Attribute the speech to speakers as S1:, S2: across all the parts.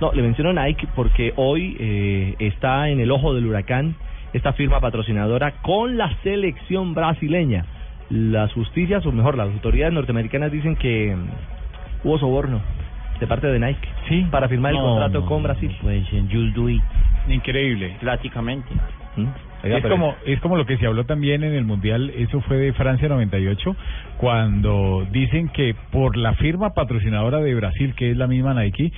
S1: No, le menciono Nike porque hoy eh, está en el ojo del huracán esta firma patrocinadora con la selección brasileña. Las justicias, o mejor, las autoridades norteamericanas dicen que mm, hubo soborno de parte de Nike
S2: Sí.
S1: para firmar el
S2: No,
S1: contrato
S2: no,
S1: con Brasil.
S2: no puede ser, Jules Dui,
S3: Increíble.
S2: prácticamente.
S1: ¿Mm? Oiga,
S3: Es
S1: pero-
S3: como, es como lo que se habló también en el Mundial, eso fue de Francia 98, cuando dicen que por la firma patrocinadora de Brasil, que es la misma Nike,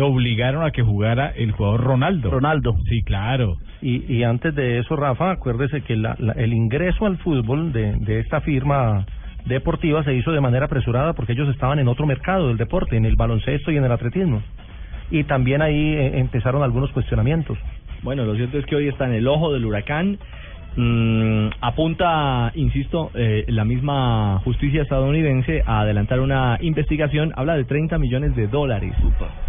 S3: obligaron a que jugara el jugador Ronaldo.
S4: Ronaldo.
S3: Sí, claro.
S4: Y, y antes de eso, Rafa, acuérdese que la- la- el ingreso al fútbol de, de esta firma deportiva se hizo de manera apresurada porque ellos estaban en otro mercado del deporte, en el baloncesto y en el atletismo. Y también ahí eh, empezaron algunos cuestionamientos.
S1: Bueno, lo cierto es que hoy está en el ojo del huracán. Mm, apunta, insisto, eh, la misma justicia estadounidense a adelantar una investigación. Habla de 30 millones de dólares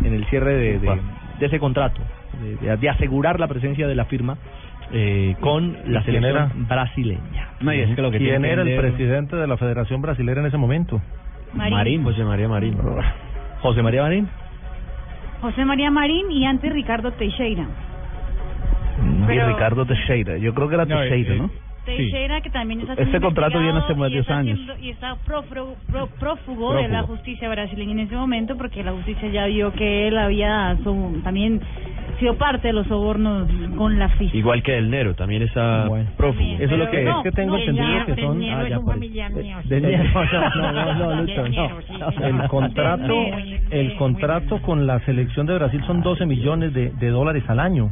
S1: en el cierre de, de-
S4: Upa.
S1: de ese contrato, de, de- de asegurar la presencia de la firma eh, con la
S4: ¿Y quién
S1: selección
S4: era?
S1: brasileña.
S2: No, y es que lo que tiene
S4: ¿Quién
S2: que
S4: era el
S2: entender-
S4: presidente de la Federación Brasilera en ese momento?
S5: Marín.
S2: José María Marín.
S1: José María Marín.
S5: José María Marín y antes Ricardo Teixeira. Pero- Ricardo
S4: Teixeira. Yo creo que
S3: No, eh, eh, Sí.
S5: Teixeira que también está
S4: Este contrato viene hace más de
S5: y está
S4: 10 años.
S5: siendo- Y está prófro- pro- prófugo de la justicia brasileña en ese momento porque la justicia ya vio que él había so- también sido parte de los sobornos con la FIFA.
S2: Igual que el Nero, también está
S1: Bueno.
S2: prófugo.
S5: También,
S4: Eso es lo
S5: pero
S4: que-
S5: no,
S4: es que tengo
S5: no,
S4: entendido
S5: ya,
S4: que son-
S5: Del
S1: ah, ya,
S5: Niero es un
S1: pues.
S5: familiar
S4: Eh,
S5: mío. sí.
S1: Del Niero, no, no, no, no,
S5: Del
S1: Lucho, no.
S5: Niero, sí,
S4: El
S5: señor.
S4: contrato,
S5: Del Niero, sí,
S4: el
S5: muy
S4: contrato con la selección de Brasil son 12 millones de, de dólares al año.